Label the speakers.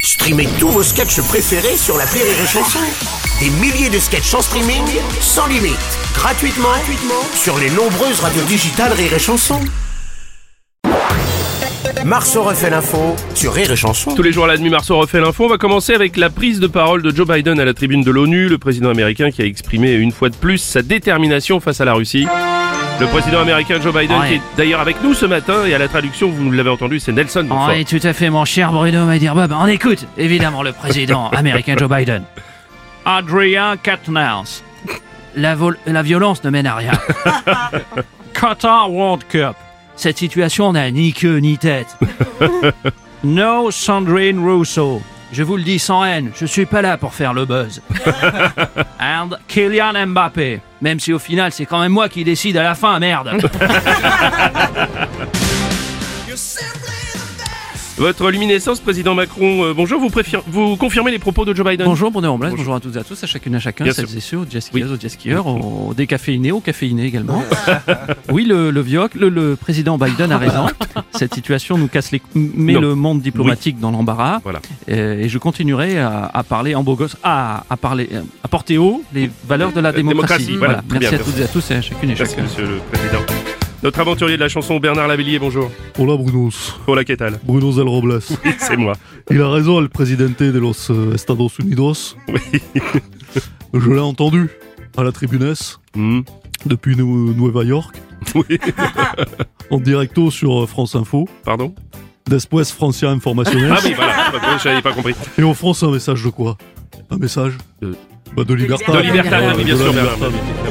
Speaker 1: Streamez tous vos sketchs préférés sur la Rire et Chanson. Des milliers de sketchs en streaming, sans limite, gratuitement, gratuitement sur les nombreuses radios digitales Rire et Chanson. Marceau refait l'info sur Rire et Chanson.
Speaker 2: Tous les jours à la nuit, Marceau refait l'info. On va commencer avec la prise de parole de Joe Biden à la tribune de l'ONU, le président américain qui a exprimé une fois de plus sa détermination face à la Russie. Le président américain Joe Biden
Speaker 3: Ouais.
Speaker 2: qui est d'ailleurs avec nous ce matin et à la traduction, vous l'avez entendu, c'est Nelson. Bonsoir.
Speaker 3: Oui, Oh, tout à fait, mon cher Bruno Madir Bob. bah, On écoute, évidemment, le président américain Joe Biden. Adrien Katnals. La, vol- la violence ne mène à rien. Qatar World Cup. Cette situation n'a ni queue ni tête. no Sandrine Rousseau. Je vous le dis sans haine, je suis pas là pour faire le buzz. And Kylian Mbappé. Même si au final, c'est quand même moi qui décide à la fin, merde.
Speaker 2: Votre luminescence, président Macron, euh, bonjour, vous, préfir- vous confirmez les propos de Joe Biden
Speaker 4: Bonjour Bruno Blaise, bonjour à toutes et à tous, à chacune à chacun,
Speaker 2: Bien
Speaker 4: celles
Speaker 2: sûr.
Speaker 4: et ceux, aux jet skieurs, aux jet skieurs, aux décaféinés, aux caféinés également. oui, le, le vioc, le, le président Biden a raison. Cette situation nous casse les, met
Speaker 2: Non.
Speaker 4: le monde diplomatique dans l'embarras.
Speaker 2: Voilà.
Speaker 4: Euh, Et, je continuerai à, à parler en beau gosse, à, à parler, euh, à porter haut les valeurs de la
Speaker 2: La démocratie,
Speaker 4: démocratie.
Speaker 2: voilà. Très
Speaker 4: Merci
Speaker 2: bien,
Speaker 4: à toutes et à tous et à chacune et
Speaker 2: Merci,
Speaker 4: chacun.
Speaker 2: monsieur le président. Notre aventurier de la chanson, Bernard Lavillier, bonjour.
Speaker 5: Hola Brunos,
Speaker 2: Hola, ¿qué tal
Speaker 5: Bruno Del Robles.
Speaker 2: C'est moi.
Speaker 5: Il a raison, le présidente de los euh, Estados Unidos. Je l'ai entendu à la tribunesse
Speaker 2: Hmm.
Speaker 5: depuis Nou- Nueva York,
Speaker 2: Oui,
Speaker 5: en directo sur euh, France Info,
Speaker 2: pardon
Speaker 5: después Francia Informationnel.
Speaker 2: Ah oui, voilà, je n'avais pas compris.
Speaker 5: Et en France, un message de quoi Un message
Speaker 2: De-
Speaker 5: Bah, de liberté.
Speaker 2: De liberté,
Speaker 5: Euh,
Speaker 2: oui, bien
Speaker 5: de la
Speaker 2: sûr, Bernard.
Speaker 5: liberté.
Speaker 2: Lavillier.